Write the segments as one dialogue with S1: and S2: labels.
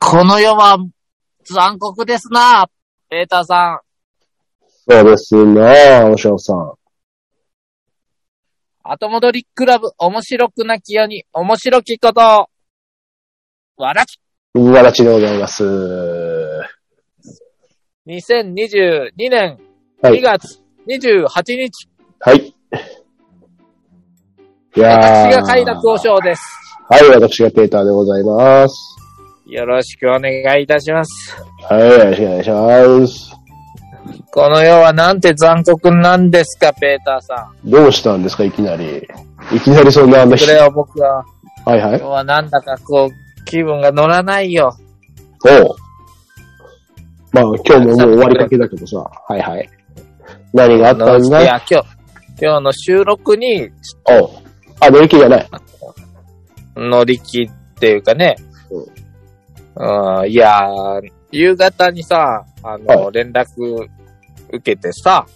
S1: この世は残酷ですな、ペーターさん。
S2: そうですね、おしょうさん。
S1: 後戻りクラブ、面白くなきように、面白きことを、わらき、
S2: うわらちでございます。
S1: 2022年
S2: はい
S1: 2月28日、
S2: はい。いやー
S1: 私が快楽和尚です。
S2: はい、私がペーターでございます。
S1: よろしくお願いいたします。
S2: はい、よろしくお願いします。
S1: この世はなんて残酷なんですか、ペーターさ
S2: どうしたんですか、いきなり。いきなりそんなあの
S1: ん。それを僕は、
S2: はいは
S1: 今
S2: い
S1: 日。はなんだかこう、気分が乗らないよ。
S2: おう。まあ、今日ももう終わりかけだけどさ。はいはい。何があったん
S1: い
S2: だ
S1: や、今日、今日の収録に
S2: おう。あ、乗り気じゃない。
S1: 乗り気っていうかね。うん、いやー、夕方にさ、あの、
S2: は
S1: 連絡受けてさ、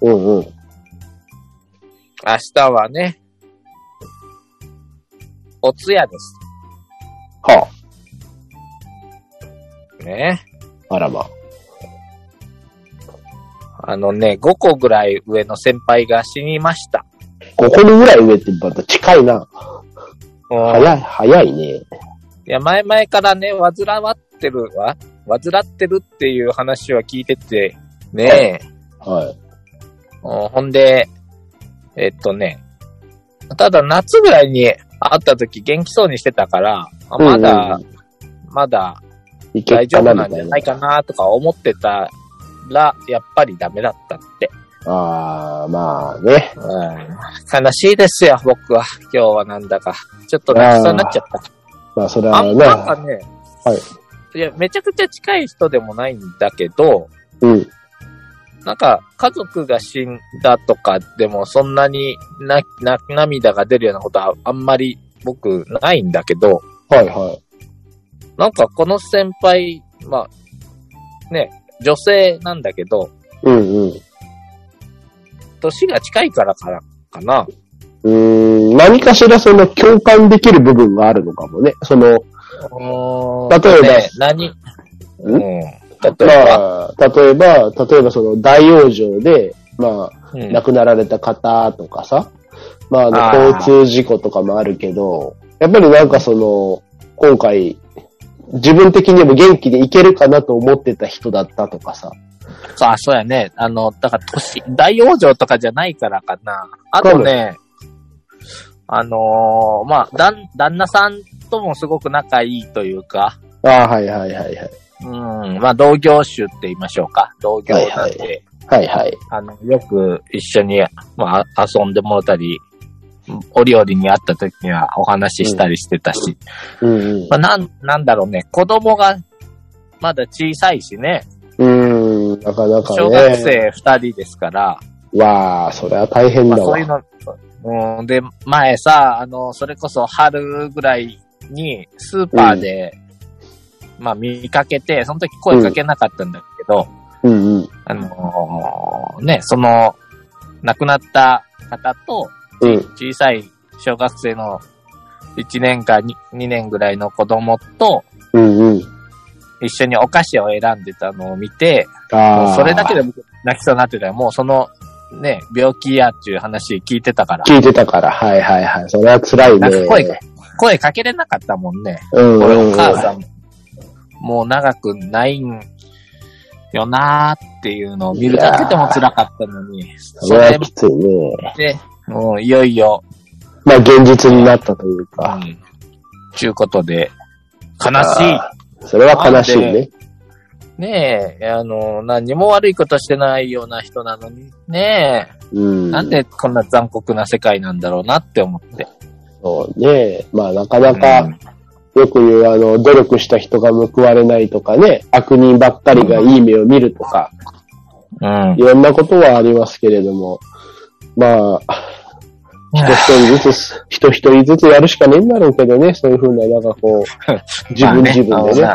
S2: うんうん。
S1: 明日はね、お通夜で
S2: は
S1: す。ね。
S2: あ。あらま。
S1: あのね、5個ぐらい上の先輩が死にました。
S2: ここのぐらい上ってまた近いな。
S1: うん
S2: 早い、早いね。
S1: いや、前々からね、煩わってるわ。煩ってるっていう話は聞いてて、ねえ。
S2: はい。
S1: うんほんで、えっとね、ただ夏ぐらいに会った時元気そうにしてたから、あまだ、
S2: うんうん
S1: まだ
S2: いけ
S1: 大
S2: っ
S1: 丈
S2: か
S1: 夫
S2: な、
S1: なんじ
S2: みた
S1: ゃ
S2: い
S1: な。
S2: ない
S1: かなとか思ってたら、やっぱりダメだったって。
S2: あー、まあね。
S1: うん、悲しいですよ、僕は。今日はなんだか。ちょっと泣きそうになっちゃった。
S2: まあ、それ
S1: あ
S2: は
S1: んなんか
S2: ね。
S1: ね、、
S2: はい
S1: や、めちゃくちゃ近い人でもないんだけど、
S2: うん。
S1: なんか、家族が死んだとかでも、そんなにな、な、涙が出るようなことはあんまり僕ないんだけど、
S2: はいはい。
S1: なんかこの先輩、まあ、ね、女性なんだけど、
S2: うんうん。
S1: 年が近いからからかな。
S2: うーん、何かしらその共感できる部分があるのかもね。その、例えば
S1: ね、何うん。例えば、
S2: まあ、例えば、例えばその大往生で、まあ、
S1: うん
S2: 亡くなられた方とかさ、まあ、あ
S1: あー
S2: の交通事故とかもあるけど、やっぱりなんかその、今回、自分的にも元気でいけるかなと思ってた人だったとかさ。
S1: さあ、そうやね。あの、だから、年、大往生とかじゃないからかな。あとね、あのーまあ、旦、旦那さんともすごく仲いいというか、
S2: ああ、はいはいはいはい。
S1: うん、まあ、同業種って言いましょうか。同業なんで、
S2: はいはいはい。
S1: あの、よく一緒に、まあ、遊んでもらったり、折々に会った時にはお話ししたりしてたし、
S2: うんうん
S1: まあ、なん、なんだろうね、子供が、まだ小さいしね、。
S2: うーん、なかなかね。
S1: 小学生二人ですから、
S2: わあ、それは大変
S1: ま
S2: だ
S1: あ、そ
S2: わ
S1: うい。うの、うん、で、前さ、あの、それこそ春ぐらいにスーパーで、まあ見かけて、その時声かけなかったんだけど、
S2: うんうん。
S1: あのーね、その、亡くなった方と、
S2: うん。
S1: 小さい小学生の1年か 2, 2年ぐらいの子供と、
S2: うんうん。
S1: 一緒にお菓子を選んでたのを見て、
S2: あ
S1: も
S2: あ。
S1: うそれだけで僕泣きそうになってたよ。もうその、ね、病気やっていう話聞いてたから。
S2: 聞いてたから。はいはいはい。それは辛い
S1: な
S2: ね
S1: ん。か声が、声かけれなかったもんね。
S2: うんうん
S1: 俺、
S2: うん。
S1: お母さん、もう長くないんよなーっていうのを見るだけでも辛かったのに、
S2: そ
S1: そ
S2: れ
S1: れ
S2: はきついね。
S1: で、もういよいよ、
S2: まあ現実になったという
S1: う
S2: か。
S1: ん、ちゅうことで、悲し
S2: あーそれは悲しい
S1: なん
S2: ね。
S1: い。ねえ、あの、何も悪いことしてないような人なのに、ね
S2: うん。
S1: え、なんでこんな残酷な世界なんだろうなって思って。
S2: そうね。まあなか
S1: な
S2: なか、よく言うあの、努力した人が報われないとかね、悪人ばっかりがいい目を見るとか、
S1: うん。
S2: いろんなことはありますけれども、まあ、一人ずつ、人一人ずつやるしかねえんだろうけどね、そういうふうな、なんかこ う、自分自分でね。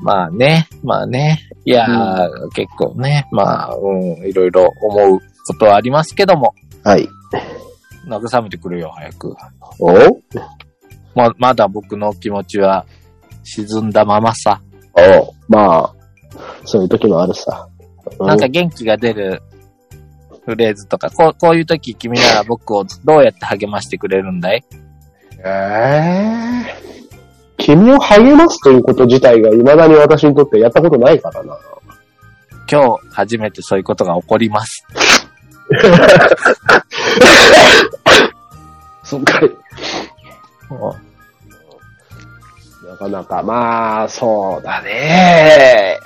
S1: まあね、まあね、まあね。いやー、結構ね、まあ、うん、いろいろ思うことはありますけども、
S2: はい。
S1: 慰めてくれよ、早く。
S2: お
S1: ま、まだ僕の気持ちは沈んだままさ、
S2: おうまあ、そういう時もあるさ。う
S1: なんか元気が出るフレーズとか、こうこういう時君なら僕をどうやって励ましてくれるんだい
S2: ええ君を励ますということ自体が未だに私にとってやったことないからな。
S1: 今日初めてそういうことが起こります。
S2: そっかり。なかなか、まあ、そうだね。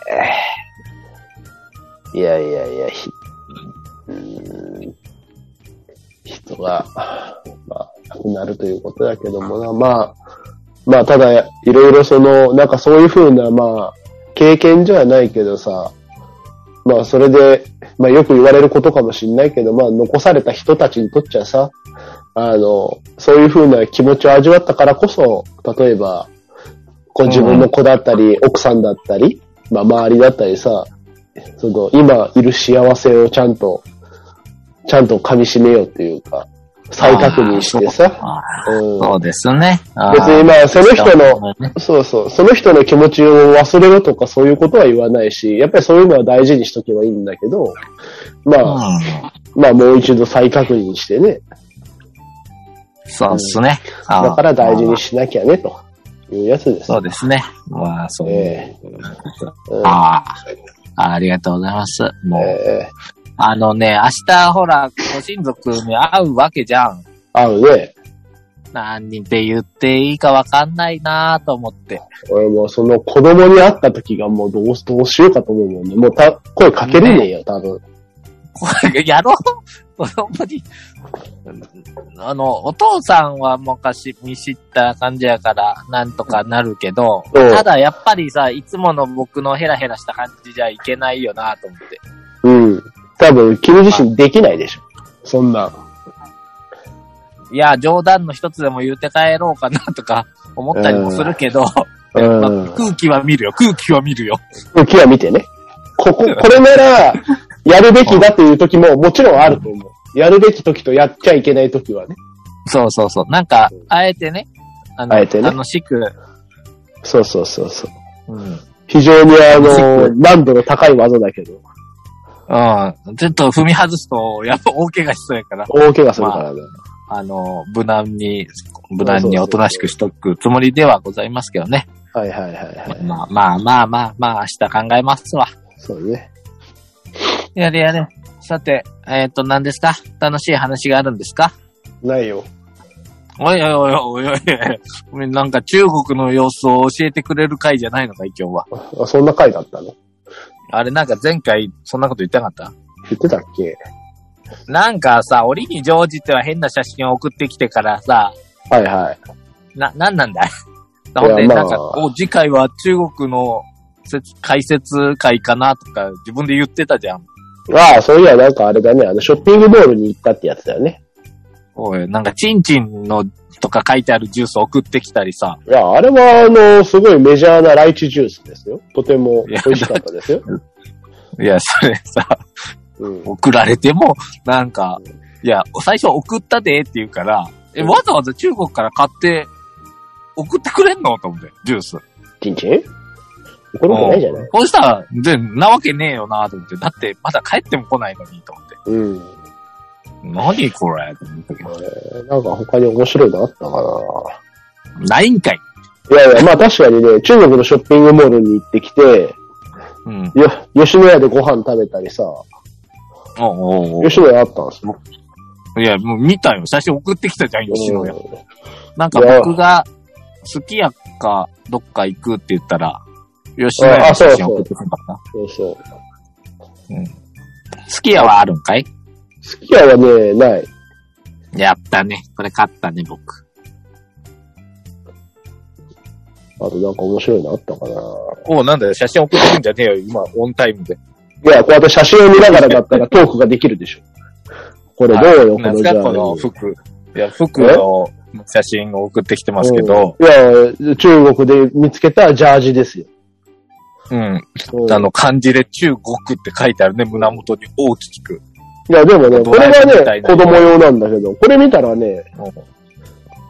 S2: いやいやいや、ひ、うーん人が、まあ、亡くなるということだけどもな、まあ、まあ、ただ、いろいろその、なんかそういうふうな、まあ、経験じゃないけどさ、まあ、それで、まあ、よく言われることかもしんないけど、まあ、残された人たちにとっちゃさ、あの、そういうふうな気持ちを味わったからこそ、例えば、こう自分の子だったり、奥さんだったり、まあ、周りだったりさ、その、今いる幸せをちゃんと、ちゃんと噛み締めようっていうか、再確認してさ、
S1: あ
S2: うん
S1: そうですね。
S2: 別にまあ、その人の、
S1: の、
S2: そうそう。その人の気持ちを忘れろとかそういうことは言わないし、やっぱりそういうのは大事にしとけばいいんだけど、まあ、
S1: うん
S2: まあもう一度再確認してね。
S1: そうですね。あー
S2: だから大事にしなきゃね、というやつです。
S1: そうですね。まあ、そういう。
S2: ええうん
S1: あああ、ありがとうございます。もう、
S2: ええ
S1: あのね、明日、ほら、ご親族に会うわけじゃん。
S2: 合うね。
S1: 何人って言っていいかわかんないなと思って。
S2: 俺もその子供に会った時がもうどうどうしようかと思うもんね。もうた声かけれねえよ、多分。
S1: これ、やろう子供に。あの、お父さんは昔見知った感じやから、なんとかなるけど、
S2: うん
S1: ただやっぱりさ、いつもの僕のヘラヘラした感じじゃいけないよなと思って。
S2: うん。多分、君自身できないでしょ。そんな。
S1: いや、冗談の一つでも言うて帰ろうかなとか 思ったりもするけど、
S2: うん。
S1: まあ空気は見るよ、空気は見るよ。
S2: 空気は見てね。ここ、これなら、やるべきだという時ももちろんあると思う。やるべき時とやっちゃいけない時はね。
S1: そうそうそう。なんか、あえてね、あの、
S2: あえてね
S1: 楽しく、
S2: そうそうそうそう。
S1: うん。
S2: 非常にあ
S1: そう
S2: の、難度の高い技だけど、
S1: うん。ちょっと踏み外すと、やっぱ大怪我しそうやから、
S2: 大怪我するからね。
S1: あの、無難に、無難におとなしくしとくつもりではございますけどね。
S2: はいはいはいはい。
S1: まあまあまあまあ、まあ、明日考えますわ。
S2: そうね。
S1: やれやれ。さて、えっ、と、何ですか楽しい話があるんですか
S2: ないよ。
S1: おいおいおいおいおいおい。なんか中国の様子を教えてくれる回じゃないのかい、今日は。
S2: あそんな回だったの
S1: あれなんか前回そんなこと言ってなかった
S2: 言ってたっけ
S1: なんかさ、折に乗じては変な写真を送ってきてからさ、
S2: はいはい。
S1: な、なんなんだいほんで、
S2: まあ
S1: なんか、お、次回は中国の説解説会かなとか自分で言ってたじゃん。
S2: ああ、そういやなんかあれだね、あの、ショッピングモールに行ったってやつだよね。
S1: おい、なんか、チンチンのとか書いてあるジュース送ってきたりさ、
S2: いや、あれはあの、すごいメジャーなライチジュースですよ。とても美味しかったで すよ。
S1: いや、それさ、
S2: うん。
S1: 送られても、なんか、いや、最初送ったでって言うから、え、わざわざ中国から買って、送ってくれんのと思って、ジュース。
S2: チンチン怒ることないじゃない
S1: そうしたら、で、なわけねえよなと思って、だってまだ帰っても来ないのにと思って。
S2: うん。
S1: 何これと思ったけど。
S2: えーなんか他に面白いのあったか
S1: ないんかい。
S2: な。いやいや、まあ確かにね、中国のショッピングモールに行ってきて、
S1: うん。
S2: よ、吉野家でご飯食べたりさ、
S1: おうおうお
S2: 吉野家あったんですよ。
S1: ういや、もう見たよ。写真送ってきたじゃん、吉野家。
S2: うん
S1: なんか僕が、好きやか、どっか行くって言ったら、吉野家の写真送ってくれなかっ
S2: そうそう。
S1: た。好きやはあるんかい
S2: すき家はね、ない。
S1: やったね。これ買ったね、僕。
S2: あとなんか面白いのあったかな。
S1: おうなんだよ。写真送ってくんじゃねえよ、今、オンタイムで。
S2: いや、こうやって写真を見ながらだったらトークができるでしょ。これどうよ、この
S1: なん
S2: ジ
S1: す
S2: ャ
S1: か
S2: ンル
S1: この服。いや、服の写真を送ってきてますけど、
S2: うんいや、中国で見つけたジャージですよ。
S1: うん。
S2: うん
S1: あの、漢字で中国って書いてあるね、胸元に大きく。
S2: いや、でもね、これ
S1: ドラえもんみ
S2: は
S1: たい
S2: ね、
S1: な
S2: 子供用なんだけど、これ見たらね、
S1: う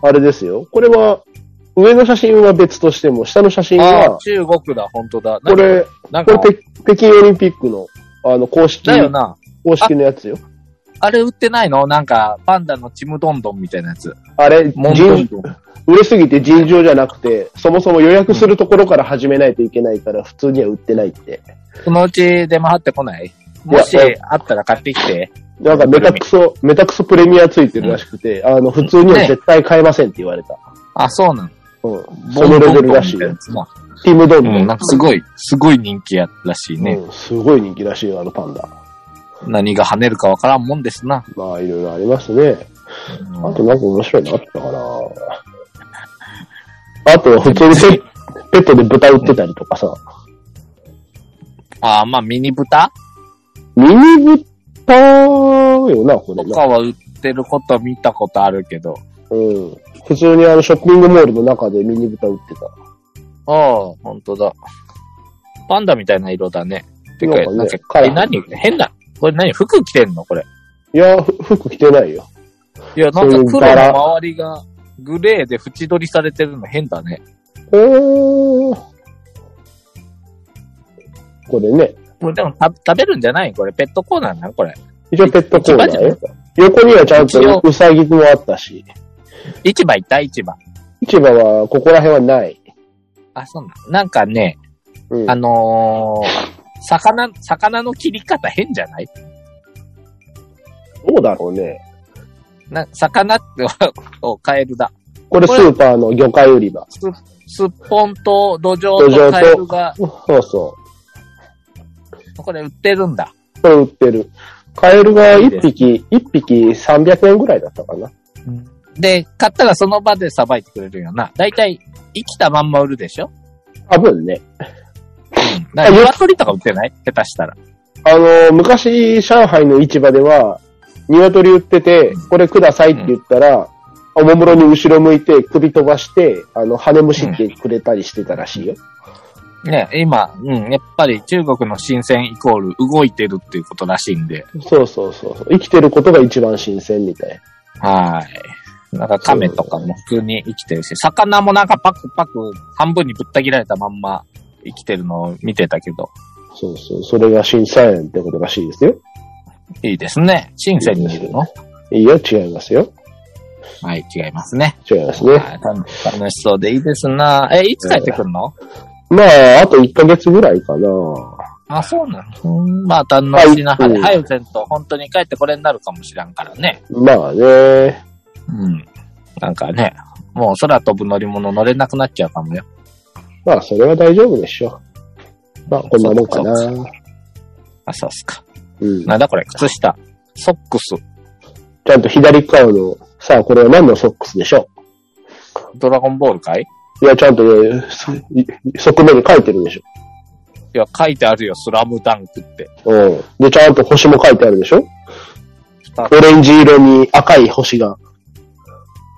S2: あれですよ。これは、上の写真は別としても、下の写真
S1: ああ、
S2: は、
S1: 中国だ、本当だ。な
S2: こ
S1: んか、
S2: れ、
S1: なんか
S2: これ北北京オリンピックの、あの、公式、
S1: だよな。
S2: 公式のやつよ。
S1: あれ売ってないのなんか、パンダのちむどんどんみたいなやつ。
S2: あれ、
S1: モンどん
S2: 尋
S1: どん。
S2: 売れすぎて尋常じゃなくて、そもそも予約するところから始めないといけないから、普通には売ってないって。
S1: そのうち出回ってこないもし
S2: いや
S1: あったら買ってきて。
S2: なんかメタクソ、メタクソプレミアついてるらしくて、あの、普通には
S1: ね
S2: 絶対買えませんって言われた。
S1: あ、そうなの。
S2: うん。そのレベルらしい
S1: ボンドンドンみたな
S2: よ
S1: や。つな
S2: ティムドン
S1: う
S2: ドン。
S1: ん、なんかすごい、すごい人気やらしいね。
S2: うんすごい人気らしいよ、あのパンダ。
S1: 何が跳ねるかわからんもんですな。
S2: まあ、いろいろありますね。
S1: うん
S2: あとなんか面白いのあったかなあと、普通にペ ペットで豚売ってたりとかさ。
S1: ああ、まあミニ豚
S2: ミニ豚よな、ことれ
S1: か
S2: な。
S1: は売ってること見たことあるけど。
S2: うん。普通にあの、ショッピングモールの中でミニ豚売ってた。
S1: ああ、ほんとだ。パンダみたいな色だね。てか、
S2: なんかね
S1: なんか、
S2: カラ
S1: え、
S2: フル
S1: 何変な。これ何服着てんのこれ。
S2: いや、ふ服着てないよ。
S1: いや、なんか
S2: そういう
S1: 黒の
S2: 柄
S1: 周りがグレーで縁取りされてるの変だね。
S2: えー。これね。
S1: これでもた食べるんじゃないこれペットコーナーなんこれ。
S2: 一応ペットコーナー
S1: 市
S2: よ。横にはちゃん
S1: 一
S2: と
S1: 応
S2: ウサギもあったし。
S1: 市場行った市場。
S2: 市場は、ここら辺はない。
S1: あ、そうなん。なんかね、
S2: うん
S1: あ。のー、魚、魚の切り方変じゃない
S2: どうだろうね。
S1: な、魚って、おカエルだ。
S2: これス
S1: これ
S2: ーパーの魚介売り場。
S1: す、すっぽんと土
S2: 土
S1: 壌
S2: 壌と
S1: とカエルが、
S2: そうそ
S1: これ売ってるんだ。
S2: う。これ売ってる。カエルが
S1: いいで
S2: 1
S1: す
S2: 匹、一匹300円ぐらいだったかな。
S1: で、買ったらその場でさばいてくれるよな。だいたい生きたまんま売るでしょ
S2: 多分ね。
S1: なんか鶏とか売ってない下手したら。
S2: あの、昔、上海の市場では、鶏売ってて、これくださいって言ったら、おもむろに後ろ向いて、首飛ばして、あの、羽むしってくれたりしてたらしいよ。
S1: ね、今、うん、やっぱり中国の新鮮イコール動いてるっていうことらしいんで、
S2: そうそうそうそう。生きてることが一番新鮮みたい。
S1: はい。なんか亀とかも普通に生きてるし、魚もなんかパクパク半分にぶった切られたまんま生きてるのを見てたけど、
S2: そうそう。それが新鮮ってことらしいですよ。
S1: いいですね。新鮮にいるの
S2: いいよ、違いますよ。
S1: はい、違いますね。
S2: 違います
S1: は
S2: ね。
S1: い楽楽しそうでいいですなえ、いつ帰ってくるの
S2: まあ、あと1ヶ月ぐらいかな。
S1: あ、そうなのうんまあ、楽しなはれ。はい、せんと、本当に帰ってこれになるかもしらんからね。
S2: まあね。
S1: うん。なんかね、もう空飛ぶ乗り物乗れなくなっちゃうかもよ。
S2: まあ、それは大丈夫でしょう。まあ、こんなもんかな。
S1: そうあ、そうっすか。
S2: うん。
S1: なんだこれ、靴下。ソックス。
S2: ちゃんと左側の、さあ、これは何のソックスでしょ
S1: ドラゴンボールかいう
S2: いや、ちゃんとね、そい側面に書いてるでしょ。
S1: いや、書いてあるよ、スラムダンクって。
S2: うん。で、ちゃんと星も書いてあるでしょ
S1: あ
S2: オレンジ色に赤い星が。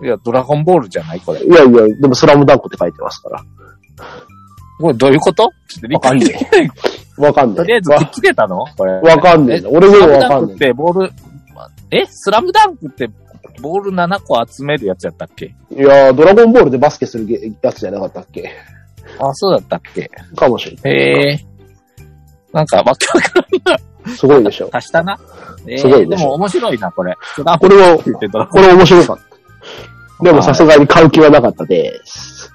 S1: いや、ドラゴンボールじゃないこれ。
S2: いやいや、でもスラムダンクって書いてますから。
S1: これどういうことちょっと理解できない。
S2: わかん
S1: と
S2: な
S1: りあえ
S2: い。
S1: ずくっつけたのこれ。
S2: わわかんねえ
S1: え
S2: な。俺で
S1: ス
S2: も
S1: ラム
S2: わ
S1: ダ
S2: か
S1: ン
S2: ん
S1: ク
S2: ね
S1: ってボール、えスラムダンクってボール7個集めるやつやったっけ
S2: え。いやードラゴンボールでバスケするゲやつじゃなかったっけ
S1: あ、そうだったっけ
S2: かもしれな
S1: へえ。なんか、わけわかん
S2: い。すごいでしょ。
S1: 足したな。え
S2: すごい
S1: ー、
S2: で
S1: で
S2: しょ
S1: も面白いな、これ。スラ
S2: こ
S1: ム
S2: れは、
S1: ダンクってドラゴ
S2: これ面白かった。でもさすがに買う気はなかったです。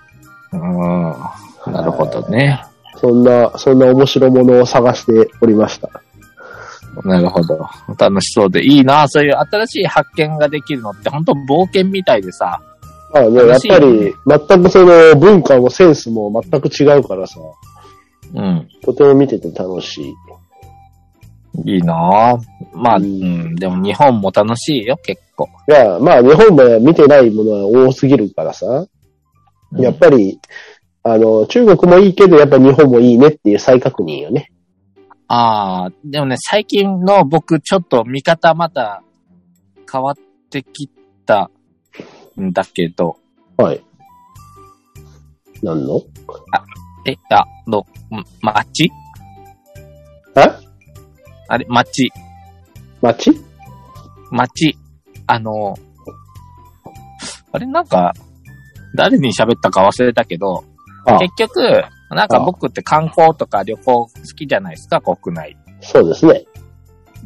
S1: ン。うん。なるほどね。
S2: そんな、そんな面白ものを探しておりました。
S1: なるほど。楽しそうで。いいな、そういう新しい発見ができるのって、本当冒険みたいでさ。
S2: まあね、やっ
S1: 楽しい
S2: ぱり、全くその文化もセンスも全く違うからさ、
S1: うん。
S2: とても見てて楽しい。
S1: いいなまあ、
S2: う
S1: うんん。でも日本も楽しいよ、結構。
S2: いや、まあ日本も見てないものは多すぎるからさ、
S1: うん
S2: やっぱり、あの、中国もいいけど、やっぱ日本もいいねっていう再確認よね。
S1: ああ、でもね、最近の僕、ちょっと見方また変わってきたんだけど、
S2: はい。なんの
S1: え、あ、の、ん街
S2: え
S1: あれ、街、
S2: 街
S1: 街、あの、あれなんか、誰に喋ったか忘れたけど、
S2: あ
S1: 結局、なんか僕って観光とか旅行好きじゃないですか、国内。
S2: そうですね。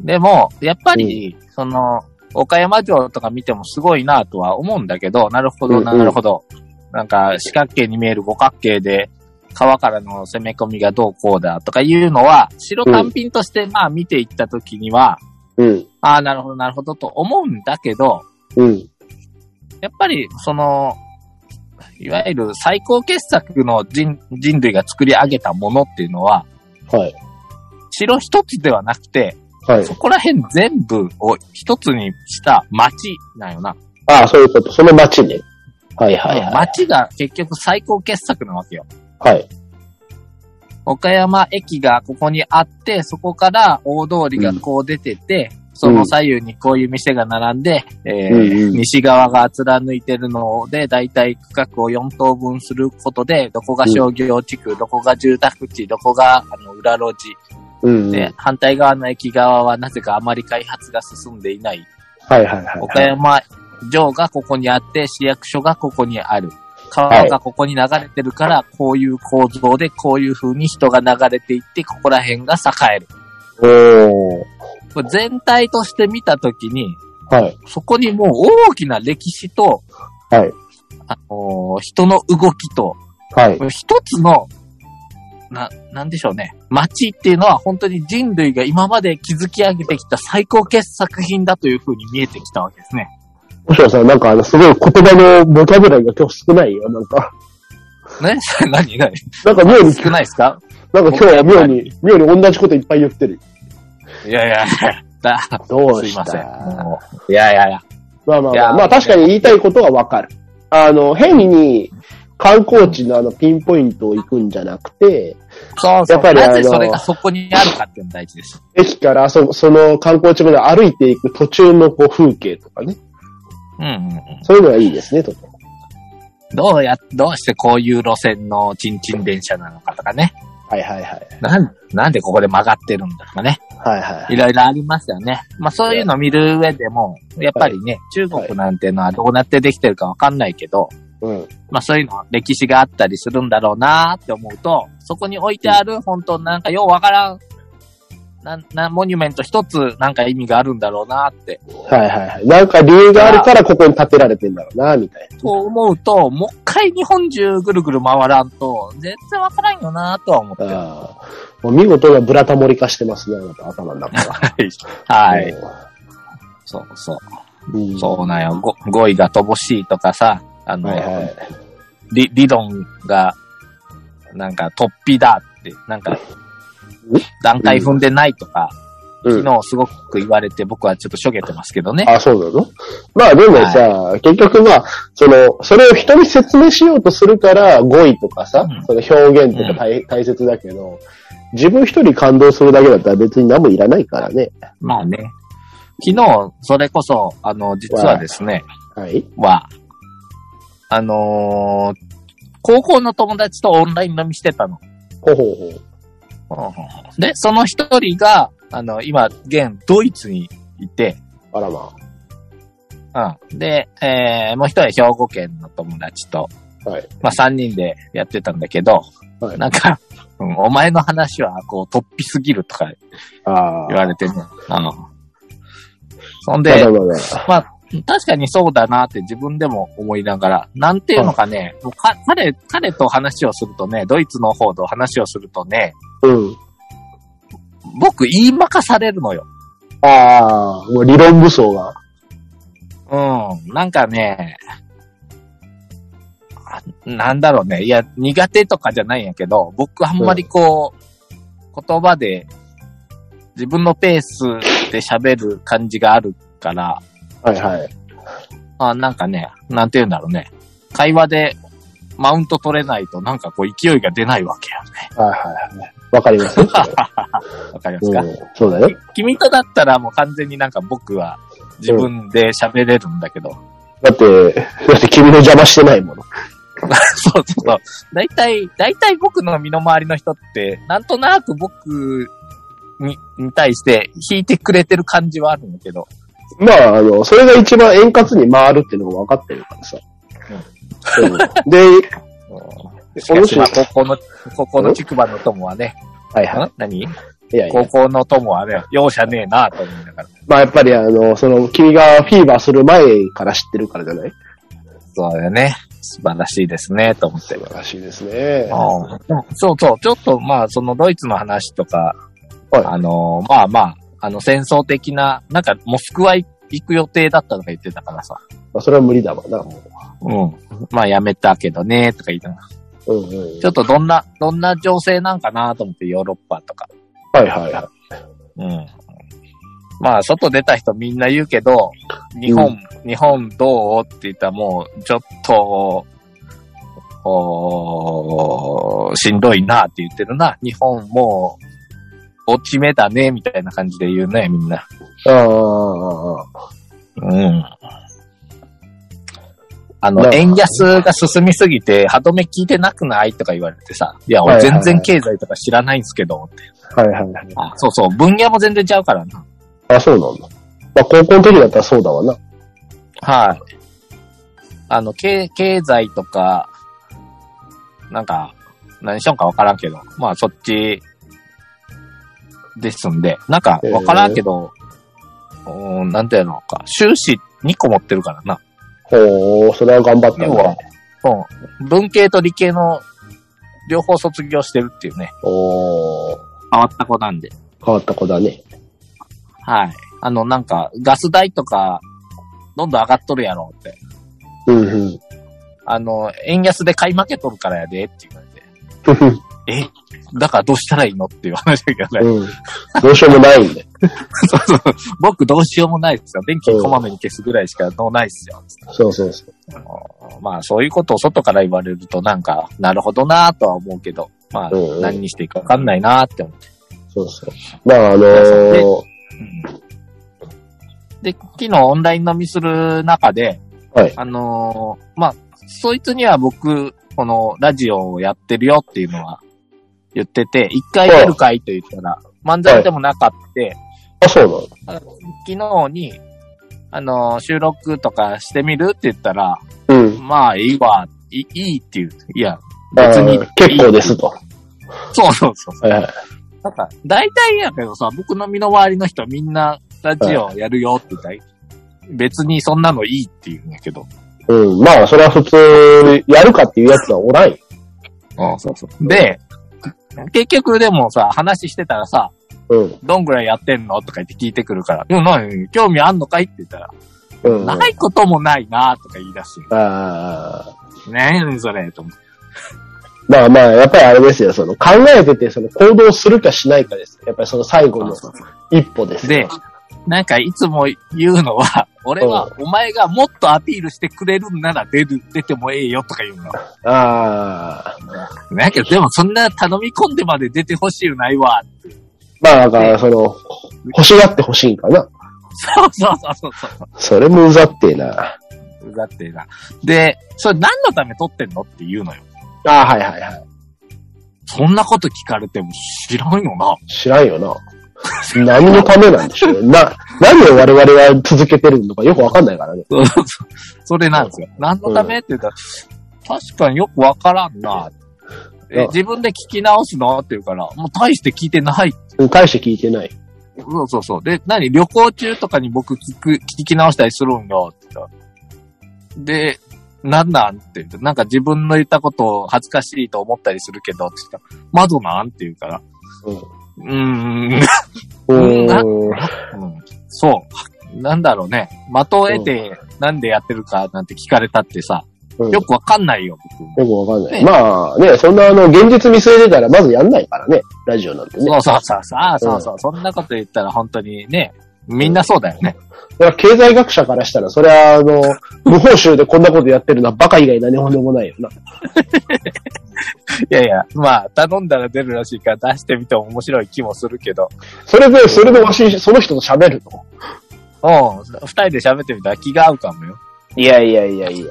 S1: でも、やっぱり、その、岡山城とか見てもすごいなとは思うんだけど、なるほどな、
S2: うんう
S1: な
S2: ん
S1: るほど。なんか、四角形に見える五角形で、川からの攻め込みがどうこうだとかいうのは、城単品として、まあ見ていった時には、
S2: うん。
S1: ああ、なるほど、なるほどと思うんだけど、
S2: うん。
S1: やっぱり、その、いわゆる最高傑作の人人類が作り上げたものっていうのは、
S2: はい。
S1: 城一つではなくて、
S2: はい
S1: そ。こら辺全部を一つにした町なんよな。
S2: ああ、そういうこと。その街ね。はいはいはい。
S1: 町が結局最高傑作なわけよ。
S2: はい。
S1: 岡山駅がここにあって、そこから大通りがこう出てて、その左右にこういう店が並んで、えー
S2: うんうん
S1: 西側が貫いてるので、だいたい区画を4等分することで、どこが商業地区、どこが住宅地、どこがあの裏路地、
S2: うん。
S1: で、
S2: はい
S1: 反対側の駅側はなぜかあまり開発が進んでいない。
S2: はいはい。
S1: 岡山城がここにあって、市役所がここにある。川がここに流れてるから、こういう構造で、こういう風に人が流れていって、ここら辺が栄える。
S2: おー。
S1: これ全体として見たときに、
S2: はい。
S1: そこにもう大きな歴史と、
S2: はい。
S1: あのー人の動きと、
S2: はい。
S1: 一つの、な、なんでしょうね。街っていうのは本当に人類が今まで築き上げてきた最高傑作品だという風に見えてきたわけですね。
S2: もしかしたらなんかあの、すごい言葉のボキャブラリーが今日少ないよ。なんか、
S1: ね 何何
S2: なんか妙に、
S1: 少ないですか
S2: なんか今日は妙に、妙に同じこといっぱい言ってる。
S1: いやいや いや、だ
S2: どう
S1: すい
S2: した
S1: ません。もういやいやいや。
S2: まあまあ
S1: い
S2: ま
S1: や
S2: あ、
S1: ー
S2: まあ確かに言いたいことはわかる。あの、変に観光地のあのピンポイントを行くんじゃなくて、
S1: そう
S2: やっぱりあの
S1: なぜそれがそこにあるかっていうのが大事です。
S2: 駅からそその観光地まで歩いていく途中のこう風景とかね、
S1: うんうんうん。
S2: そういうのはいいですね、とても
S1: どうや、どうしてこういう路線のチンチン電車なのかとかね。
S2: はいはいはい。
S1: なん、なんでここで曲がってるんだとかね。
S2: はいはいい。
S1: ろいろありますよね。まあそういうのを見る上でも、やっぱりね、中国なんてのはどうなってできてるかわかんないけど、
S2: うん。
S1: まあそういうの歴史があったりするんだろうなーって思うと、そこに置いてある本当なんかようわからん、なん、なん、モニュメント一つなんか意味があるんだろうなーって、
S2: はいはいはい。なんか理由があるからここに建てられてんだろうな、みたいな。
S1: と思うと、もう一回日本中ぐるぐる回らんと、全然わからんよなーとは思ってる。は
S2: ああ。もう見事なブラタモリ化してますね、あなた頭の中が。
S1: い。 はい。
S2: い。
S1: そうそう。
S2: うん、
S1: そうなんよ。ご語彙が乏しいとかさ、あの、
S2: はいはい。
S1: 理理論が、なんか突飛だって、なんか、段階踏んでないとか、
S2: うん
S1: 昨日すごく言われて僕はちょっとしょげてますけどね。
S2: あ、そうなのまあでもさ、結局まあ、その、それを人に説明しようとするから語彙とかさ、
S1: うん
S2: その表現とか大,、大切だけど、自分一人感動するだけだったら別に何もいらないからね。
S1: まあね。昨日、それこそ、あの、実はですね、
S2: はい。
S1: は、あのー高校の友達とオンライン飲みしてたの。
S2: ほうほうほう。
S1: で、その一人が、あの、今、現、ドイツにいて、
S2: あらま
S1: うん。で、えーもう一人は兵庫県の友達と、
S2: あ。はい。
S1: まあ、三人でやってたんだけど、
S2: はい
S1: なんか、うんお前の話は、こう、突飛すぎるとか
S2: あ
S1: 言われてね。うん。そん
S2: ま
S1: で
S2: だ、まだ。
S1: まあ、確かにそうだなって自分でも思いながら、なんていうのかね、もうか彼、彼と話をするとね、ドイツの方と話をするとね、
S2: うん。
S1: 僕言いまかされるのよ。
S2: ああ、もう理論武装が。
S1: うん、なんかね、あなんだろうね。いや、苦手とかじゃないんやけど、僕あんまりこう、言葉で自分のペースで喋る感じがあるから、
S2: はいはい。
S1: あなんかね、なんて言うんだろうね。会話でマウント取れないとなんかこう勢いが出ないわけよね。
S2: はいはいはい。わか りますよ。それ
S1: わかりますか、
S2: うん、そうだよ。
S1: 君とだったらもう完全になんか僕は自分で喋れるんだけど、
S2: だ って、だって君の邪魔してないもの。
S1: そうそうそう。大体、大体僕の身の回りの人って、なんとなく僕にに対して弾いてくれてる感じはあるんだけど。
S2: まあ、あの、それが一番円滑に回るっていうのが分かってるからさ。うんで、
S1: うんしかしまあ高校の、高校の筑波の友はね、
S2: はいは
S1: ん何
S2: い。いやい
S1: 高
S2: や。
S1: 校の友はね、容赦ねえなと思いながら。
S2: まあやっぱりあの、その、君がフィーバーする前から知ってるからじゃない
S1: そうだよね。素晴らしいですね、と思って
S2: 素。晴らしいですね。
S1: うんそうそう、ちょっとまあ、そのドイツの話とか、
S2: はい
S1: あのーまあまあ、あの戦争的な、なんかモスクワ行く予定だったとか言ってたからさ、
S2: まあそれは無理だわな。
S1: うん。まあやめたけどね、とか言いながら、
S2: うんうん。
S1: ちょっとどんな、どんな情勢なんかなと思ってヨーロッパとか、
S2: はいはいは
S1: うん。まあ、外出た人みんな言うけど、日本、日本どうって言ったらもう、ちょっと、おーしんどいなって言ってるな。日本もう、落ち目だね、みたいな感じで言うね、みんな。
S2: い。ああああ、ああ
S1: うん。あ
S2: ま
S1: の、
S2: あ
S1: 円安が進みすぎて、歯止め効いてなくないとか言われてさ、いや、
S2: は
S1: 俺
S2: いはいは
S1: 全然
S2: い
S1: 経済とか知らないんすけど、って。
S2: はいはいはい。
S1: あ、そうそう、分野も全然ちゃうからな。
S2: あ、そうなんだ。まあ高校の時だったらそうだわな。
S1: はい。あの、経、経済とか、なんか、何しようかわからんけど、まあそっち、ですんで、なんかわからんけど、うーん、なんていうのか、修士2個持ってるからな。
S2: ほう、それは頑張った
S1: 要は
S2: ね。、
S1: うん、文系と理系の両方卒業してるっていうね、
S2: おー、
S1: 変わった子なんで。
S2: 変わった子だね。
S1: はい。あの、なんか、ガス代とか、どんどん上がっとるやろうって。
S2: うんうん。
S1: あの、円安で買い負けとるからやでって言われて。
S2: ふふ
S1: え、だからどうしたらいいのっていう話だけどね。
S2: うん。どうしようもないんで。
S1: そうそう。僕どうしようもないですよ。電気こまめに消すぐらいしかどうないですよ。
S2: そうそうそう。
S1: まあそういうことを外から言われるとなんか、なるほどなぁとは思うけど、まあ
S2: うんうん
S1: 何にしていいかわかんないなぁって思って。
S2: そうそう。まああの
S1: で
S2: ー、
S1: うんで、昨日オンライン飲みする中で、
S2: はい。
S1: あのーまあ、そいつには僕、このラジオをやってるよっていうのは言ってて、一回出る回と言ったら、漫才でもなかった、
S2: あ、そうなの
S1: 昨日に、あのー、収録とかしてみるって言ったら、
S2: うん。
S1: まあ、いいわ、いいいいっていう。いや、
S2: あ
S1: 別に。
S2: ー結構ですと。
S1: そうそうそう。
S2: はいはい。
S1: なんか、大体やけどさ、僕の身の回りの人みんなラジオやるよって言ったら、別にそんなのいいって言うんやけど。
S2: うん。まあ、それは普通、やるかっていうやつはおらんよ。
S1: あそうそう。で、結局でもさ、話してたらさ、
S2: うん。
S1: どんぐらいやってんのとか言って聞いてくるから、うん、何興味あんのかいって言ったら、
S2: うん。あ
S1: ないこともないなとか言い出す。
S2: あー。
S1: ねえ、それ、と思って。
S2: まあまあ、やっぱりあれですよ。その、考えてて、その、行動するかしないかです。やっぱりその最後の一歩です。
S1: で、なんかいつも言 うのは、俺はお前がもっとアピールしてくれるんなら出る、出てもええよとか言うの。
S2: ああ。
S1: だけど、でもそんな頼み込んでまで出てほしいないわ。
S2: まあ、だから、その、欲しがって欲しいんかな。
S1: そうそうそうそうそ
S2: それもうざってえな。
S1: う。だってな。で、それ何のため撮ってんのって言うのよ。
S2: ああ、はいはいはい。
S1: そんなこと聞かれても知らんよな。
S2: 知らんよな。何のためなんでしょうね。な、何を我々は続けてるのかよくわかんないからね。
S1: そうそうそうそれなんですよ。何のためって言ったら、確かによくわからんな。え
S2: うん
S1: 自分で聞き直すのって言うから、もう大して聞いてない
S2: 返して聞いてない。
S1: そうそうそう。で、何旅行中とかに僕聞く、聞き直したりするんよ、って言ったで、なんなんって言うとなんか自分の言ったことを恥ずかしいと思ったりするけど、って言ったら、窓なんって言うから、
S2: うん。
S1: うーん、
S2: う
S1: な
S2: ーん。
S1: うんそう。なんだろうね。的を得て、なんでやってるかなんて聞かれたってさ、
S2: うん
S1: よくわかんないよ、僕も。
S2: よくわかんない。
S1: ね
S2: まあね、そんなあの、現実見据えてたらまずやんないからね、ラジオなんてね。
S1: そうそうそうそう、ああそうそう、そんなこと言ったら本当にね、みんなそうだよね。
S2: だから経済学者からしたら、それはあ の、無報酬でこんなことやってるのはバカ以外何もでもないよな。
S1: いやいや、まあ、頼んだら出るらしいから出してみても面白い気もするけど、
S2: それで、それでわし、その人と喋るの。
S1: うん、二人で喋ってみたら気が合うかもよ。
S2: いやいやいやいや。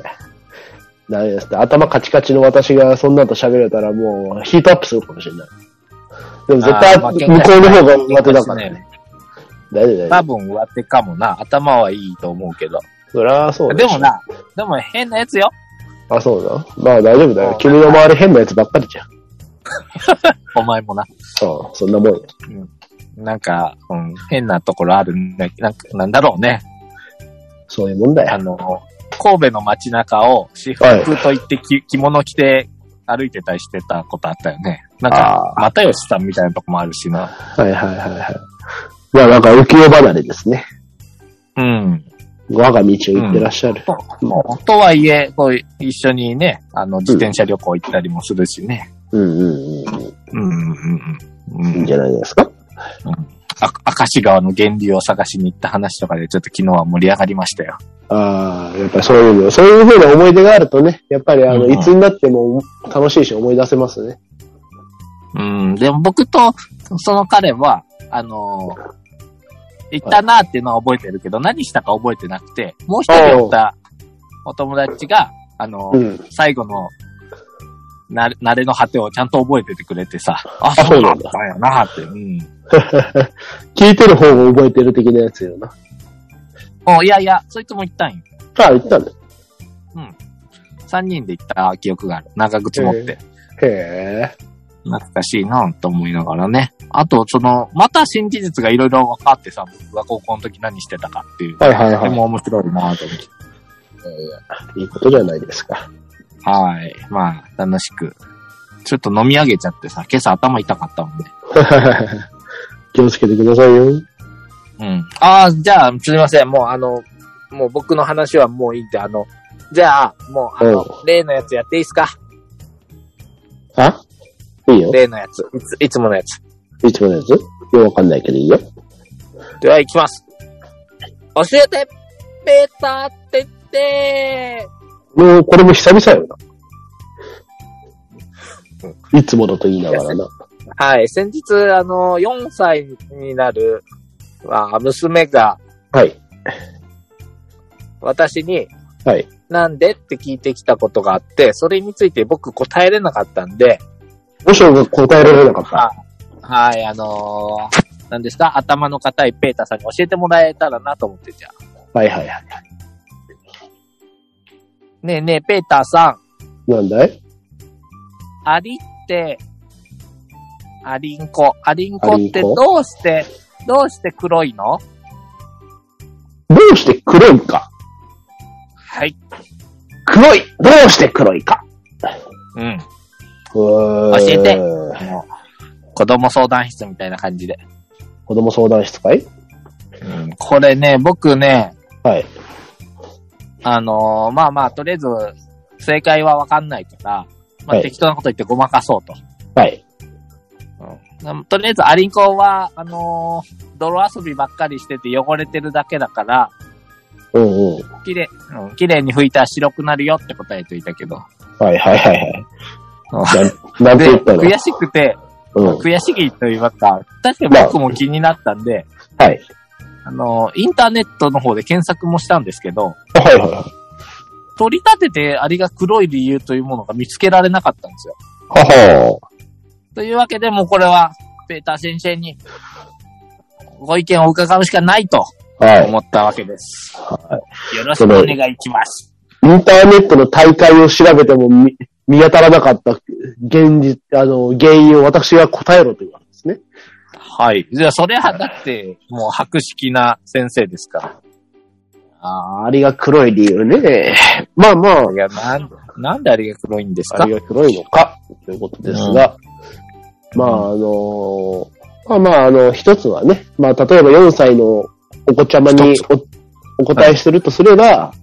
S2: 何ですって、頭カチカチの私がそんなと喋れたらもうヒートアップするかもしれない。でも絶対
S1: あ
S2: 向
S1: ーまあ
S2: こうの方が上手だから。
S1: ね。
S2: 大丈夫大丈
S1: 多
S2: 夫。
S1: 分上手かもな。頭はいいと思うけど。
S2: そりゃそう
S1: で
S2: しょ
S1: も。な、でも変なやつよ。
S2: あ、そうだ。まあ大丈夫だ
S1: う
S2: よ
S1: ん。
S2: 君の周り変なやつばっかりじゃん。
S1: お前もな。
S2: そう、そんなもんよ。
S1: なんか、うん、変なところあるんだなんかなんだろうね。
S2: そういうもんだ
S1: あ
S2: よ。
S1: の、神戸の街中を私服と言ってき、着物着て歩いてたりしてたことあったよね。なんか、又吉さんみたいなとこもあるしな。
S2: はいはいはいはい。まあなんか浮世離れですね。
S1: うん。
S2: 我が道を行ってらっしゃる。
S1: ととはいえ、こう一緒にね、あの、自転車旅行行ったりもするしね。
S2: うんうんうんうん。
S1: うん、うん、うん。
S2: いい
S1: うんん
S2: じゃないですか。
S1: あ明石川の源流を探しに行った話とかで、ちょっと昨日は盛り上がりましたよ。
S2: ああ、やっぱりそういうの、そういうふうな思い出があるとね、やっぱりあの、
S1: うん
S2: いつになっても楽しいし思い出せますね。
S1: うん、でも僕とその彼は、あのー行ったなーっていうのは覚えてるけど、何したか覚えてなくて、もう一人行ったお友達が、あのー
S2: うん。
S1: 最後の、なれ、慣れの果てをちゃんと覚えててくれてさ、あ、
S2: あ
S1: そ
S2: そうう
S1: だ
S2: な
S1: っ
S2: んだ
S1: たんやなーって、うん。
S2: 聞いてる方を覚えてる的なやつよな。
S1: おいやいや、そいつも行ったんよ。
S2: ああ、言ったんだ。
S1: 三人で行った記憶がある。長靴持って。
S2: へえ。
S1: 懐かしいなぁと思いながらね。あと、その、また新事実がいろいろ分かってさ、僕が高校の時何してたかっていう。
S2: はいはい
S1: で
S2: はい。
S1: も面白いなぁと思って。
S2: いいことじゃないですか。
S1: はい。まあ、楽しく。ちょっと飲み上げちゃってさ、今朝頭痛かったもんね。
S2: 気をつけてくださいよ。
S1: うん。ああ、じゃあ、すみません。もう、あの、もう僕の話はもういいんで、あの、じゃあ、もう、あの、例のやつやっていいですか
S2: あいいよ。
S1: 例のやつ。いつ、いつものやつ。
S2: いつものやつよくわかんないけどいいよ。
S1: では、行きます。教えてペーターってって
S2: もう、これも久々よな。いつものと言いながらな。
S1: はい。先日、あの、4歳になる、まあ、娘が、
S2: はい。
S1: 私に、
S2: はい。
S1: なんでって聞いてきたことがあって、それについて僕答えれなかったんで、
S2: もしが答えられなかっ
S1: あ
S2: た。
S1: はい、あのー、何ですか頭の硬いペータさんに教えてもらえたらなと思って、じゃあ。
S2: はいはいはい。
S1: ねえねえ、ペーターさん、
S2: なんだい
S1: アリって、アリンコ。アリンコって
S2: アリンコ
S1: どうして、どうして黒いの
S2: どうして黒いか
S1: はい。
S2: 黒いどうして黒いか
S1: うん。
S2: 教
S1: えてもう、子供相談室みたいな感じで。
S2: 子供相談室かい
S1: うん、これね、僕ね、
S2: はい。
S1: あのーまあまあ、とりあえず、正解はわかんないから、ま
S2: は
S1: あ、
S2: い
S1: 適当なこと言ってごまかそうと。
S2: はい。
S1: うんとりあえず、アリンコは、あのー泥遊びばっかりしてて汚れてるだけだから、
S2: うんうん。
S1: 綺麗、うん、綺麗に拭いたら白くなるよって答えといたけど。
S2: はいはいはいはい。なんて
S1: で、
S2: 言ったの
S1: 悔しくて、
S2: うん。は
S1: 悔しいと言いますか、確かに僕も気になったんで、
S2: い。
S1: あのーインターネットの方で検索もしたんですけど、
S2: あはいはいはい。
S1: 取り立ててアリが黒い理由というものが見つけられなかったんですよ。
S2: は
S1: というわけで、もうこれは、ペーター先生に、ご意見を伺うしかないと
S2: は。はい。
S1: 思ったわけです。
S2: は
S1: よろしくお願いします。
S2: インターネットの大会を調べても見見当たらなかった現実、あの、原因を私が答えろというわけですね。
S1: はい。じゃあ、それは、だって、もう白色な先生ですから。
S2: ありが黒い理由ね。まあまあ、
S1: いや、なん、なんであれが黒いんです
S2: あ
S1: か
S2: れが黒いのか、ということですが、まああのーまあまああの、一つはね、まあ例えば4歳のお子ちゃまに
S1: 一
S2: おお答えするとすれば、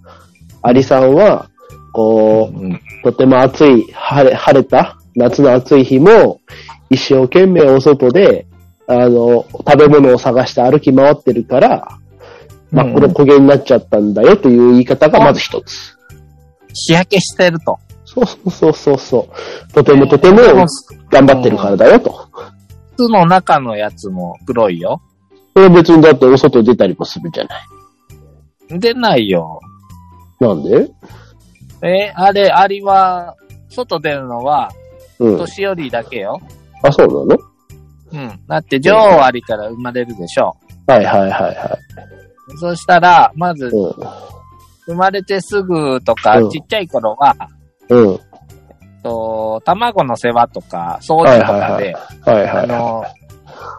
S2: アリさんは、こ
S1: うん。
S2: う、とても暑い、晴れ、晴れた、夏の暑い日も、一生懸命お外で、あの、食べ物を探して歩き回ってるから、真っ黒焦げになっちゃったんだよという言い方がまず一つ。
S1: 日焼けしてると。
S2: そうそうそうそう。とてもとても頑張ってるからだよと。
S1: 靴の中のやつも黒いよ。
S2: それは別にだってお外出たりもするじゃない。
S1: 出ないよ。
S2: なんで
S1: え、あれ、アリは、外出るのは、
S2: うん。
S1: 年寄りだけよ。
S2: あ、そうなの
S1: うん。だって、女王アリから生まれるでしょ。
S2: はいはいはいは
S1: そしたら、まず
S2: い。、うん。
S1: 生まれてすぐとか、
S2: うん
S1: ちっちゃい頃は、
S2: うん。はい
S1: と、卵の世話とか、掃除とかで、
S2: はい
S1: あ
S2: は
S1: の、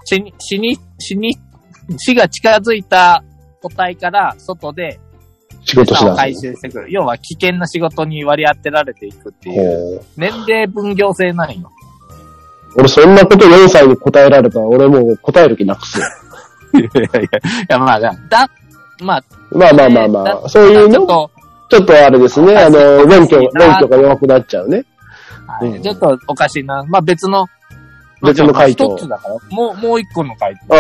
S1: 死に、死に、死に、死が近づいた個体から外で
S2: い。仕事し
S1: 餌を
S2: なさ
S1: 回
S2: い。
S1: 収してくる。要は危険な仕事に割り当てられていくっていう。
S2: ほう
S1: 年齢分業制ないの。
S2: 俺そんなこと4歳に答えられたら俺もう答える気な くすよ。
S1: いやいやいや、いやまあ、だ、だまあ、
S2: まあまあま
S1: ね
S2: あまあ、
S1: だ
S2: そういう
S1: ち
S2: ね、
S1: ょっと、
S2: ちょっとあれですね、あの、免許、
S1: な
S2: 免許が弱くなっちゃう
S1: は
S2: ね。
S1: い
S2: うん
S1: ちょっとおかしいな。まあ別の、
S2: 別の回答
S1: まあ一つだから、もう、もう一個の回
S2: あ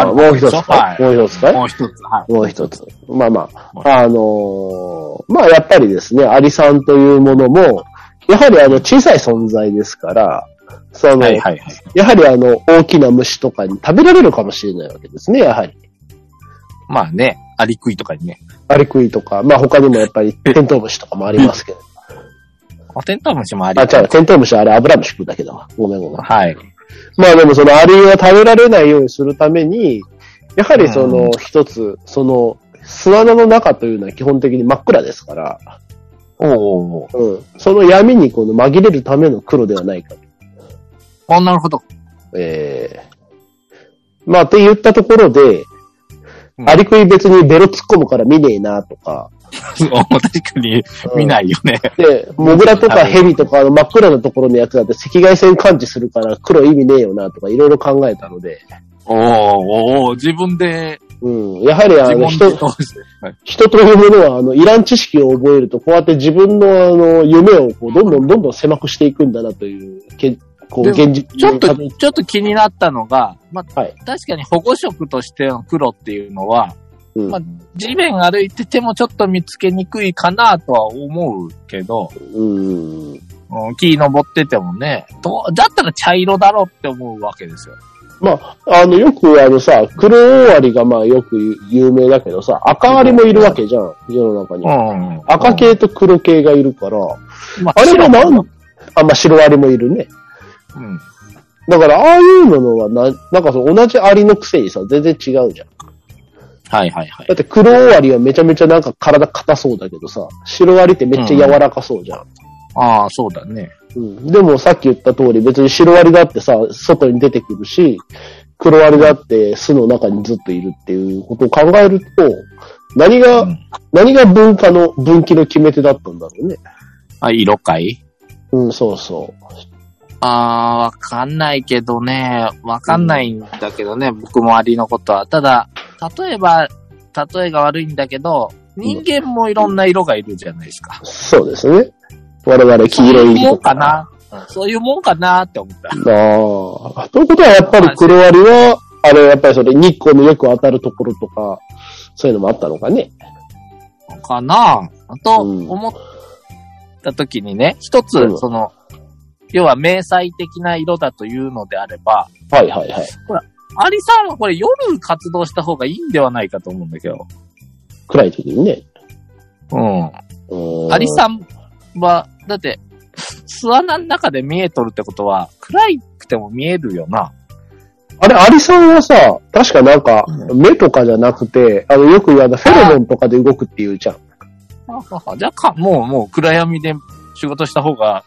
S2: あ、
S1: あ
S2: もう一つ
S1: は
S2: か。
S1: い
S2: もう一つ
S1: 答。
S2: か
S1: も
S2: いう
S1: 一つ。はい。
S2: もう一つ。まあま
S1: もう
S2: あ、あのーまあやっぱりですね、アリさんというものも、やはりあの小さい存在ですから、その、
S1: はいはいはい。
S2: やはりあの大きな虫とかに食べられるかもしれないわけですね、やはり。
S1: まあね、アリクイとかにね。
S2: アリクイとか、まあ他にもやっぱりテントウムシとかもありますけど。
S1: あ、テントウムシもアリ
S2: あ、違う、テントウムシはあれアブラムシ食うだけだわ。ごめんごめん。
S1: はい。
S2: まあでもそのアリが食べられないようにするために、やはりその一つ、その巣穴の中というのは基本的に真っ暗ですから、
S1: おおー。
S2: うん、その闇にこの紛れるための黒ではないかと。
S1: あ、なるほど。
S2: ええまあって言ったところで、
S1: うん
S2: アリクイ別にベロ突っ込むから見ねえなとか、
S1: そう確かに見ないよね。
S2: で、モグラとかヘビとかあの真っ暗なところのやつだって赤外線感知するから黒意味ねえよなとかいろいろ考えたので、
S1: おおおお自分で、
S2: うん、やはりあ
S1: 自
S2: の
S1: 問
S2: 人
S1: 自、答して。はい
S2: 人というものは、あの、いらん知識を覚えると、こうやって自分の、あの、夢を、こう、どんどんどんどん狭くしていくんだなという、けこう、
S1: で
S2: 現実
S1: ちょっと、
S2: たどり
S1: ちょっと気になったのが、まあ、
S2: はい
S1: 確かに保護色としての黒っていうのは、
S2: うん
S1: まあ、地面歩いててもちょっと見つけにくいかなとは思うけど、
S2: うん。
S1: うん、木登っててもね、どうだったら茶色だろって思うわけですよ。
S2: まあ、あの、よくあのさ、黒オアリがまあ、よく有名だけどさ、赤アリもいるわけじゃん、世の中に。
S1: ん
S2: 赤、系と黒系がいるから、
S1: ま
S2: あれもな
S1: 白
S2: ん、あ、まあ、白アリもいるね。
S1: うん。
S2: だから、ああいうのはな、なんかその同じアリのくせにさ、全然違うじゃん。
S1: はいはいはい
S2: だ。って黒オアリはめちゃめちゃなんか体硬そうだけどさ、白アリってめっちゃ柔らかそうじゃん。
S1: ああ、そうだね。
S2: うん、でもさっき言った通り別にシロアリだってさ、外に出てくるし、クロアリだって巣の中にずっといるっていうことを考えると、何が、
S1: うん
S2: 何が文化の、分岐の決め手だったんだろうね。
S1: あ、色い
S2: うん、そうそう。
S1: あー、わかんないけどね。わかんないんだけどね、僕もアリのことは。ただ、例えば、例えが悪いんだけど、人間もいろんな色がいるじゃないですか。
S2: そうですね。我々黄色い
S1: も
S2: 色
S1: んか。な。そういうもんかなって思った。
S2: ああ。ということはやっぱりクロアリは、あれやっぱりそれ日光のよく当たるところとか、そういうのもあったのかね。
S1: かなと
S2: うん
S1: 思った時にね、一つ
S2: う、ん
S1: その、要は迷彩的な色だというのであれば、
S2: はいはいはい。
S1: アリさんはこれ夜活動した方がいいんではないかと思うんだけど。
S2: 暗い時にね。
S1: うん。
S2: うん
S1: アリさんは、だって、巣穴の中で見えとるってことは、暗くても見えるよな。
S2: あれ、アリさんはさ、確かなんか、目とかじゃなくて、あの、よく言うあの、フェロモンとかで動くっていうじゃん。
S1: はははじゃあか、もう、もう暗闇で仕事した方が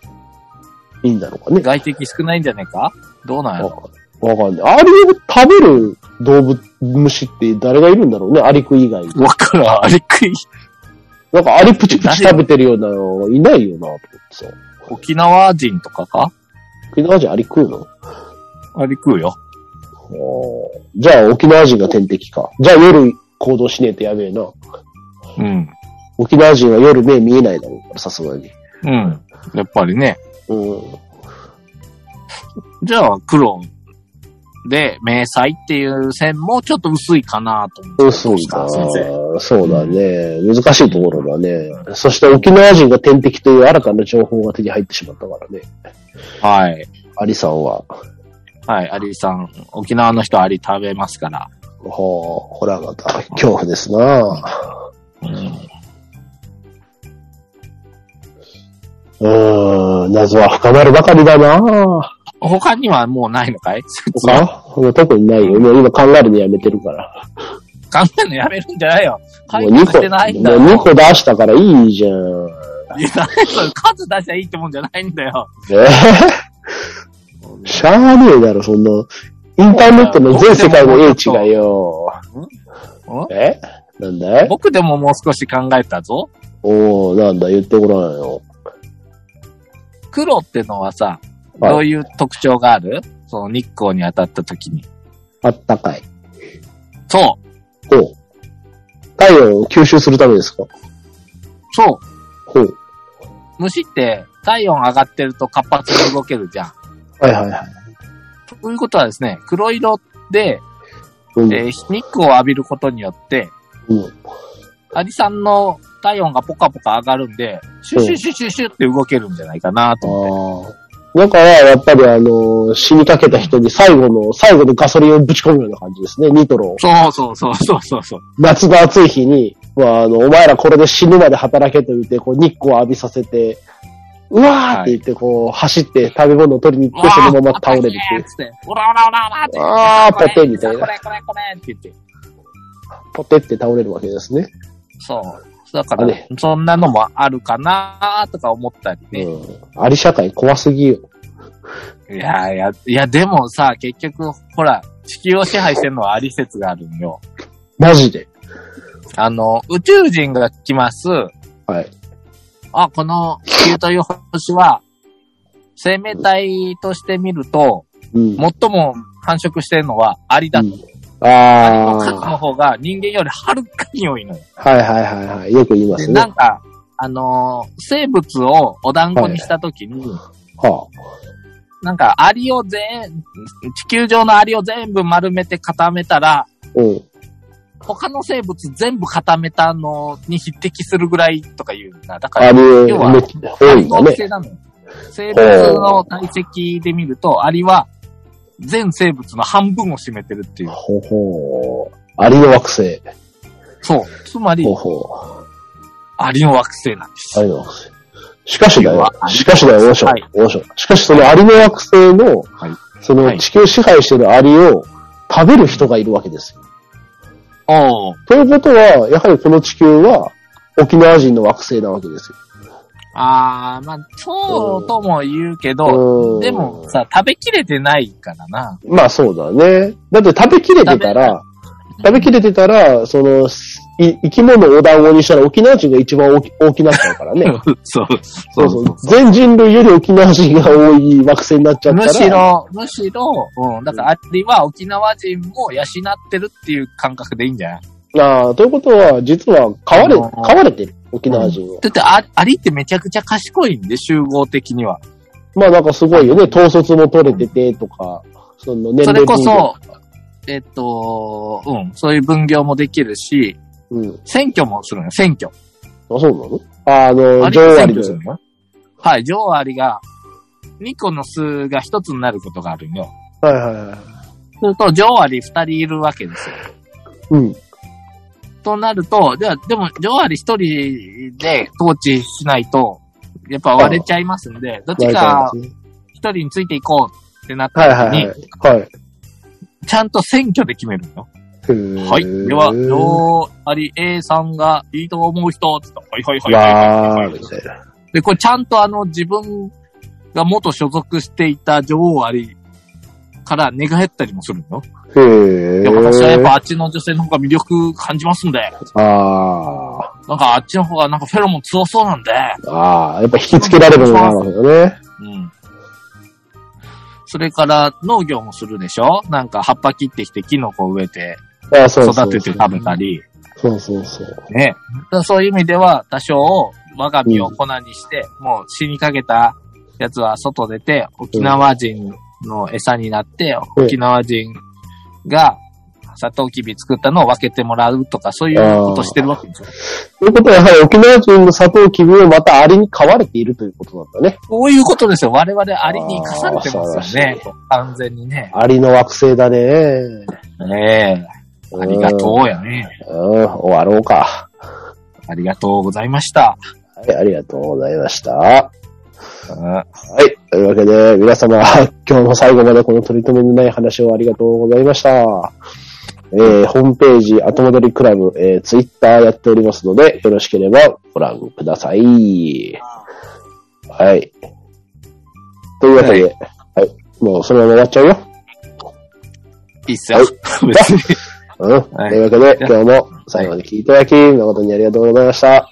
S2: いいんだろうかね。
S1: 外敵少ないんじゃねえかどうなんや
S2: わ
S1: ろ
S2: かんわかんない。アリを食べる動物、虫って誰がいるんだろうね、アリク以外に。
S1: わからん、アリクイ。
S2: なんかアリプチプチ食べてるようなのいないよな、と思ってさ。
S1: 沖縄人とかか
S2: 沖縄人アリ食うの
S1: アリ食うよ。
S2: じゃあ沖縄人が天敵か。じゃあ夜行動しねえとやべえな。
S1: うん。
S2: 沖縄人は夜目見えないだろうから、さすがに。
S1: うん。やっぱりね。
S2: うん。
S1: じゃあ、黒で、迷彩っていう線もちょっと薄いかなと思って。
S2: そう
S1: ど
S2: か
S1: うですか先。
S2: そうだね。難しいところだね。そして沖縄人が天敵という新たな情報が手に入ってしまったからね。
S1: 生。はい。
S2: アリさんは。
S1: はい、アリさん。沖縄の人アリ食べますから。
S2: ほう、ほらまた、恐怖ですな
S1: うん
S2: うーん、謎は深まるばかりだな
S1: 他にはもうないのかい説明
S2: 他特にないよ。もう今考えるのやめてるから。
S1: 考えるのやめるんじゃないよ。はい
S2: も
S1: う
S2: 2
S1: してないんだ
S2: 個、もう2個出したからいいじゃん。
S1: いや、そう数出しゃいいってもんじゃないんだよ。
S2: えー、しゃあねえだろ、そんな。インターネットの全世界の英知がよ。
S1: ん
S2: えなんだい
S1: 僕でももう少し考えたぞ。
S2: おおなんだ、言ってごらんよ。
S1: 黒ってのはさ、
S2: はい
S1: どういう特徴があるその日光に当たった時に。
S2: あったかい。
S1: そう
S2: ほう。太陽を吸収するためですか
S1: そ
S2: ほう。
S1: う虫って体温上がってると活発に動けるじゃん。
S2: はいはいはい。
S1: ということはですね、黒色で、
S2: うん。
S1: えー日光を浴びることによって、
S2: うん、
S1: アリさんの体温がポカポカ上がるんで、シュシュシュシュシュって動けるんじゃないかなと思って。
S2: ああ。だから、やっぱりあのー死にかけた人に最後の、最後のガソリンをぶち込むような感じですね、ニトロを。
S1: そうそうそうそうそうそう。
S2: 夏の暑い日に、まあ、あの、お前らこれで死ぬまで働けと言って、こう、日光を浴びさせて、うわーって言って、こう、走って食べ物を取りに行って、そのまま倒れるっていう。
S1: つって、オラオラオラオラって。
S2: あー
S1: これ
S2: ポテみたいな
S1: これこれこれって言って。
S2: ポテって倒れるわけですね。
S1: そう。だか
S2: あ
S1: ら
S2: れ、
S1: そんなのもあるかなとか思ったりね。
S2: うん。あり社会怖すぎよ。
S1: いやいや、いやでもさ、結局、ほら、地球を支配してるのはアリ説があるんよ。
S2: マジで。
S1: あの、宇宙人が来ます。
S2: はい。
S1: あ、この地球という星は、生命体として見ると、
S2: うん。
S1: 最も繁殖してるのはアリだと。
S2: あ
S1: 数
S2: あ。
S1: の方が人間よりはるかに多いのよ。
S2: はいはいはいはい。よく言いま
S1: ですな
S2: ね
S1: ん。か、あのー生物をお団子にしたときに、
S2: は
S1: なんか、アリを全、地球上のアリを全部丸めて固めたら、
S2: あ。うん。
S1: 他の生物全部固めたのに匹敵するぐらいとか言うんだ。だから、
S2: あれ、
S1: 要は
S2: めっちゃ多いんだ
S1: 合
S2: ね。
S1: 成なのよ。生物の体積で見ると、アリは全生物の半分を占めてるっていう。
S2: ほほう。アリの惑星。
S1: そう。つまり
S2: ほ、ほ
S1: アリの惑星なんです
S2: う。ア。リの惑星。しかしだよ
S1: 要は。
S2: しかしだよ、王将
S1: はい。
S2: 王将。しかしそのアリの惑星の
S1: はい、
S2: そ
S1: は
S2: の
S1: い
S2: 地球支配してるアリを食べる人がいるわけですよ。
S1: おう
S2: ということは、やはりこの地球は沖縄人の惑星なわけですよ。
S1: あー、まあ、そうとも言うけ
S2: う
S1: ど、
S2: ん
S1: でもさ、食べきれてないからな。
S2: まあそうだね。だって食べきれてたら、食べきれてたら、その、い生き物をお団子にしたら沖縄人が一番大き大きなっちゃうからね。
S1: そう、
S2: そうそう。全人類より沖縄人が多い惑星になっちゃった
S1: む
S2: ら。
S1: しろ、むしろ、うん、だからアリは沖縄人も養ってるっていう感覚でいいんじゃない
S2: ああ、ということは、実は、飼われ、
S1: あのー
S2: 飼われてる、沖縄人は。
S1: だってアアリってめちゃくちゃ賢いんで、集合的には。
S2: まあなんかすごいよね、統率も取れてて、とか、その年
S1: そ
S2: 齢
S1: れこそ、えっと、うん、そういう分業もできるし、
S2: 分類。うん。
S1: 選挙もするのよ、選挙。
S2: あ、そうなのああの、
S1: アリ
S2: 女
S1: が
S2: 王ア
S1: 選
S2: リ
S1: 挙する
S2: の。
S1: のよはい、女王アリが、2個の数が1つになることがあるんよ。
S2: はいはいはい。
S1: すると、女王アリ2人いるわけですよ。
S2: うん。
S1: となると、では、でも、女王アリ一人で統治しないと、やっぱ割れちゃいますんで、どっちか
S2: 大体ですね
S1: 一人についていこうってなっ
S2: はい
S1: た
S2: は
S1: 時
S2: い
S1: に、
S2: はい。はい。
S1: ちゃんと選挙で決めるの。は。
S2: はい
S1: では、女王アリ A さんがいいと思う人、つったらはいはいはいはいはい
S2: わ
S1: は
S2: ー、みたいな。
S1: い。で、これちゃんとあの、自分が元所属していた女王アリから寝返ったりもするの。
S2: へ
S1: いや、私はやっ
S2: ー。
S1: ぱあっちの女性の方が魅力感じますんで、
S2: あ
S1: なんかあっちの方がなんかフェロモン強そうなんで、
S2: ー。あー、やっぱ引きつけられるのがあるわけだね。
S1: うん。それから農業もするでしょなんか葉っぱ切ってきてキノコ植えて
S2: あーそうそうそう。
S1: 育てて食べたり。
S2: そうそうそう。
S1: ね。だからそういう意味では多少我が身を粉にして、もう死にかけたやつは外出て沖縄人の餌になって、
S2: うん
S1: 沖縄人がサトウキビ作ったのを分けてもらうとかそういうことしてるわけでしょ
S2: ということは、やはり沖縄人の砂糖キビをまたアリに飼われているということなんだね。
S1: そういうことですよ。我々アリに生かされてますよ
S2: あー
S1: ね。完全にね。
S2: アリの惑星だね。
S1: ねえ。ありがとうやね。
S2: うん。うん、終わろうか。
S1: ありがとうございました。
S2: はい、ありがとうございました。は
S1: うん
S2: い、というわけで、 皆様、今日も最後までこの取り留めのない話をありがとうございました。えーホームページ、後戻りクラブ、えー、ツイッターやっておりますので、よろしければご覧ください。はい。というわけで、はい、もうそのまま終わっちゃうよ。
S1: いいっすよ。 別に。
S2: うん。
S1: はい
S2: というわけで、今日も最後まで聞いていただき、誠にありがとうございました。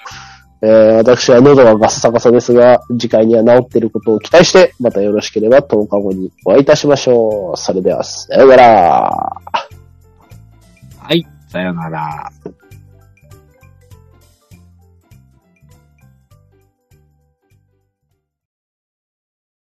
S2: えー、私は喉がガッサガサですが、次回には治っていることを期待して、またよろしければ10日後にお会いいたしましょう。それでは、さようなら。
S1: はい。さよなら。